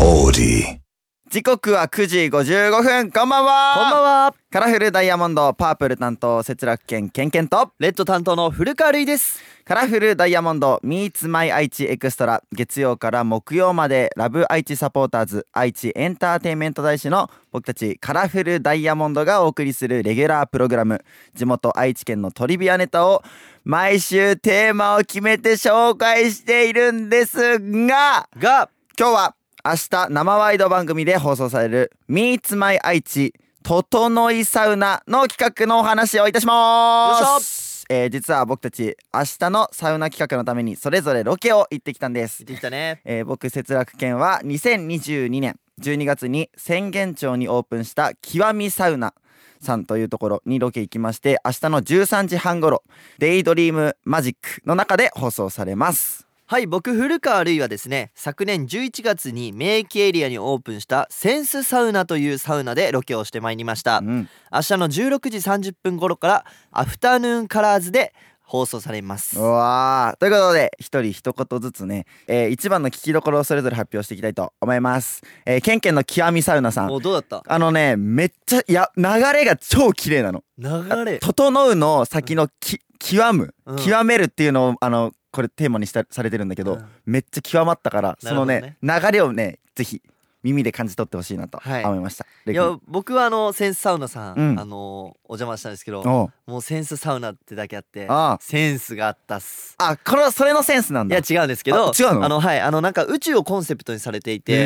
オーデ時刻は9時55分こんばんはこんばんはは。カラフルダイヤモンドパープル担当節楽健ケンケンとレッド担当の古川るいです。カラフルダイヤモンド Meets My 愛知エクストラ月曜から木曜までラブ愛知サポーターズ愛知エンターテインメント大使の僕たちカラフルダイヤモンドがお送りするレギュラープログラム地元愛知県のトリビアネタを毎週テーマを決めて紹介しているんですがが、今日は明日生ワイド番組で放送される「Meets My 愛知整いサウナ」の企画のお話をいたしよま いすえー実は僕たち明日のサウナ企画のためにそれぞれロケを行ってきたんです出てきたね。えー僕節楽健は2022年12月に浅間町にオープンした極みサウナさんというところにロケ行きまして明日の13時半頃デイドリームマジック」の中で放送されますはい、僕古川るいはですね、昨年11月に名駅エリアにオープンしたセンスサウナというサウナでロケをしてまいりました。うん明日の16時30分頃からアフタヌーンカラーズで放送されますう。わーということで一人一言ずつね、えー一番の聞きどころをそれぞれ発表していきたいと思います、えー、ケンケンの極みサウナさんおどうだった？あのねめっちゃいや流れが超綺麗なの流れ。整うの先のき極む、うん極めるっていうのをあのこれテーマにしたされてるんだけど、うんめっちゃ極まったからなそるほのどねね流れをねぜひ耳で感じ取ってほしいなとはい思いました、いレイ君や僕はあのセンスサウナさん、うんあのお邪魔したんですけどおうもうセンスサウナってだけあってああセンスがあったっすあこれそれのセンスなんいだや違うんですけどあ違うのあのはいあのなんか宇宙をコンセプトにされていてへ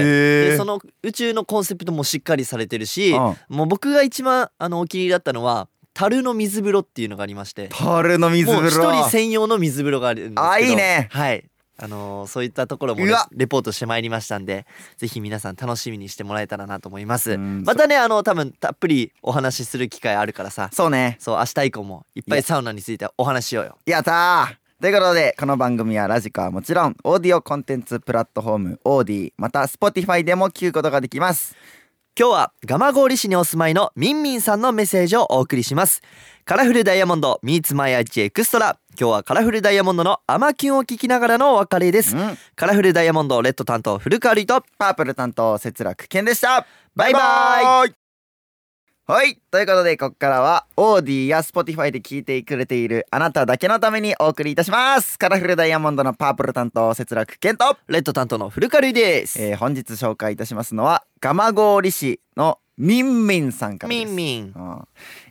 でーその宇宙のコンセプトもしっかりされてるしうんもう僕が一番あのお気に入りだったのは樽の水風呂っていうのがありまして樽の水もう風一呂人専用の水風呂があるんですけどあいいねはいあのーそういったところもね、うわレポートしてまいりましたんでぜひ皆さん楽しみにしてもらえたらなと思いますうんまたねあの多分たっぷりお話しする機会あるからさそうねそう明日以降もいっぱいサウナについてお話ししようよやったーということでこの番組はラジコはもちろんオーディオコンテンツプラットフォームオーディまた Spotify でも聞くことができます今日は蒲郡市にお住まいのみんみんさんのメッセージをお送りしますカラフルダイヤモンド Meets My 愛知エクストラ今日はカラフルダイヤモンドのアマキュンを聞きながらのお別れですうんカラフルダイヤモンドレッド担当古川瑠衣とパープル担当節楽健でしたバイバイイはいということでここからはオーディや Spotify で聞いてくれているあなただけのためにお送りいたしますカラフルダイヤモンドのパープル担当節楽健とレッド担当の古川瑠衣です、えー本日紹介いたしますのは蒲郡市のみんみんさんからでみすんみんうん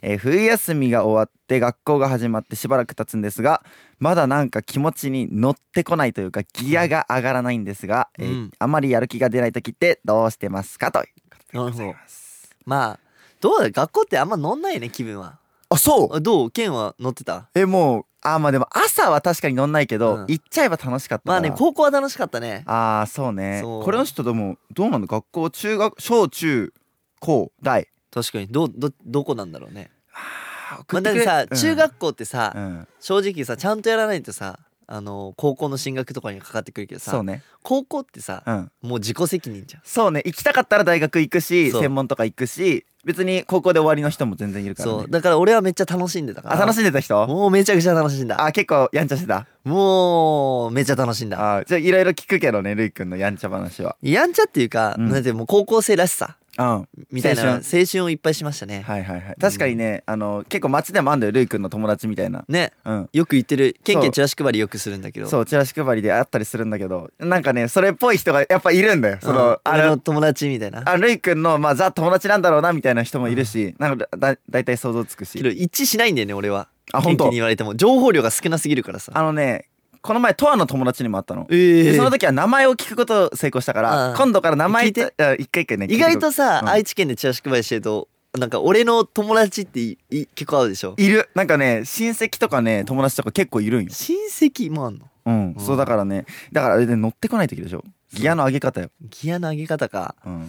えー冬休みが終わって学校が始まってしばらく経つんですがまだなんか気持ちに乗ってこないというかギアが上がらないんですが、えーうんあまりやる気が出ない時ってどうしてますかということでございますまあどうだ学校ってあんま乗んないよね気分はあそうあどうケンは乗ってたえもうあーまあでも朝は確かに乗んないけど、うん行っちゃえば楽しかったかまらあね高校は楽しかったねあーそうねそうこれの人でもどうなの学校中学小中高大確かにどうどどこなんだろうね、あーま送あ、ってだくれってさ、うん中学校ってさ、うん、正直さちゃんとやらないとさあの高校の進学とかにかかってくるけどそさうね高校ってさうんもう自己責任じゃんそうね行きたかったら大学行くしそう専門とか行くし別に高校で終わりの人も全然いるから、ね、そうだから俺はめっちゃ楽しんでたかあら楽しんでた人もうめちゃくちゃ楽しんだあ結構やんちゃしてたもうめちゃ楽しんだあじゃあいろいろ聞くけどねるいくんのやんちゃ話はやんちゃっていうか、うんなんてもう高校生らしさうんはみたいな青青春春をいっぱいしましたね、いはいはい確かにね、あの結構街でもあんだよるいくんの友達みたいなねうんよく言ってるケンそケうンチラシ配りよくするんだけどそうチラシ配りであったりするんだけどなんかねそれっぽい人がやっぱいるんだよその、うんあ俺のの友達みたいなあるいくんのまあザ友達なんだろうなみたいな人もいるし、なんかだだいたい想像つくしけど一致しないんだよね俺はあケン本ケ当ンに言われても情報量が少なすぎるからさあのねこの前とわの友達にもあったのえでその時は名前を聞くことを成功したから、うん今度から名前と聞いあ一回一回ね聞いて意外とさ、うん愛知県でチラシ配りしてるとなんか俺の友達っていい結構合うでしょいるなんかね親戚とかね友達とか結構いるんよ親戚もあんのうん、うんそうだからねだからあれで乗ってこない時でしょギアの上げ方よギアの上げ方かうん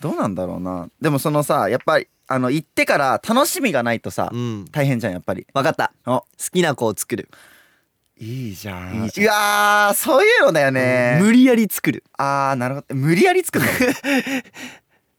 どうなんだろうなでもそのさやっぱりあの行ってから楽しみがないとさ、うん大変じゃんやっぱりわかったあ好きな子を作る、いいじゃんいやーそういうのだよね、無理やり作るあーなるほど無理やり 作るの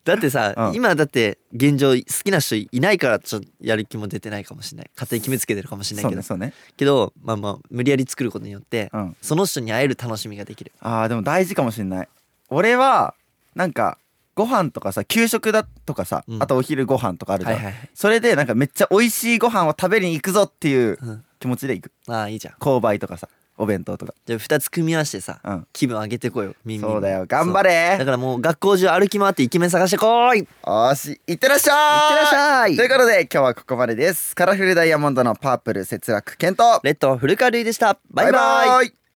だってさ、うん今だって現状好きな人いないからちょっとやる気も出てないかもしれない勝手に決めつけてるかもしれなそいうけど、ねそうねけどまあまあ無理やり作ることによって、うんその人に会える楽しみができるあーでも大事かもしんない俺はなんかご飯とかさ給食だとかさ、うんあとお昼ご飯とかあるじゃん、はいはいはいそれでなんかめっちゃ美味しいご飯を食べに行くぞっていううん気持ちで行くああいいじゃん購買とかさお弁当とかじゃあ2つ組み合わせてさうん気分上げてこいよみんなそうだよ頑張れだからもう学校中歩き回ってイケメン探してこいいってよしいってらっしゃいらっしゃいということで今日はここまでですカラフルダイヤモンドのパープル節楽健とレッド古川瑠衣でしたバイバイイ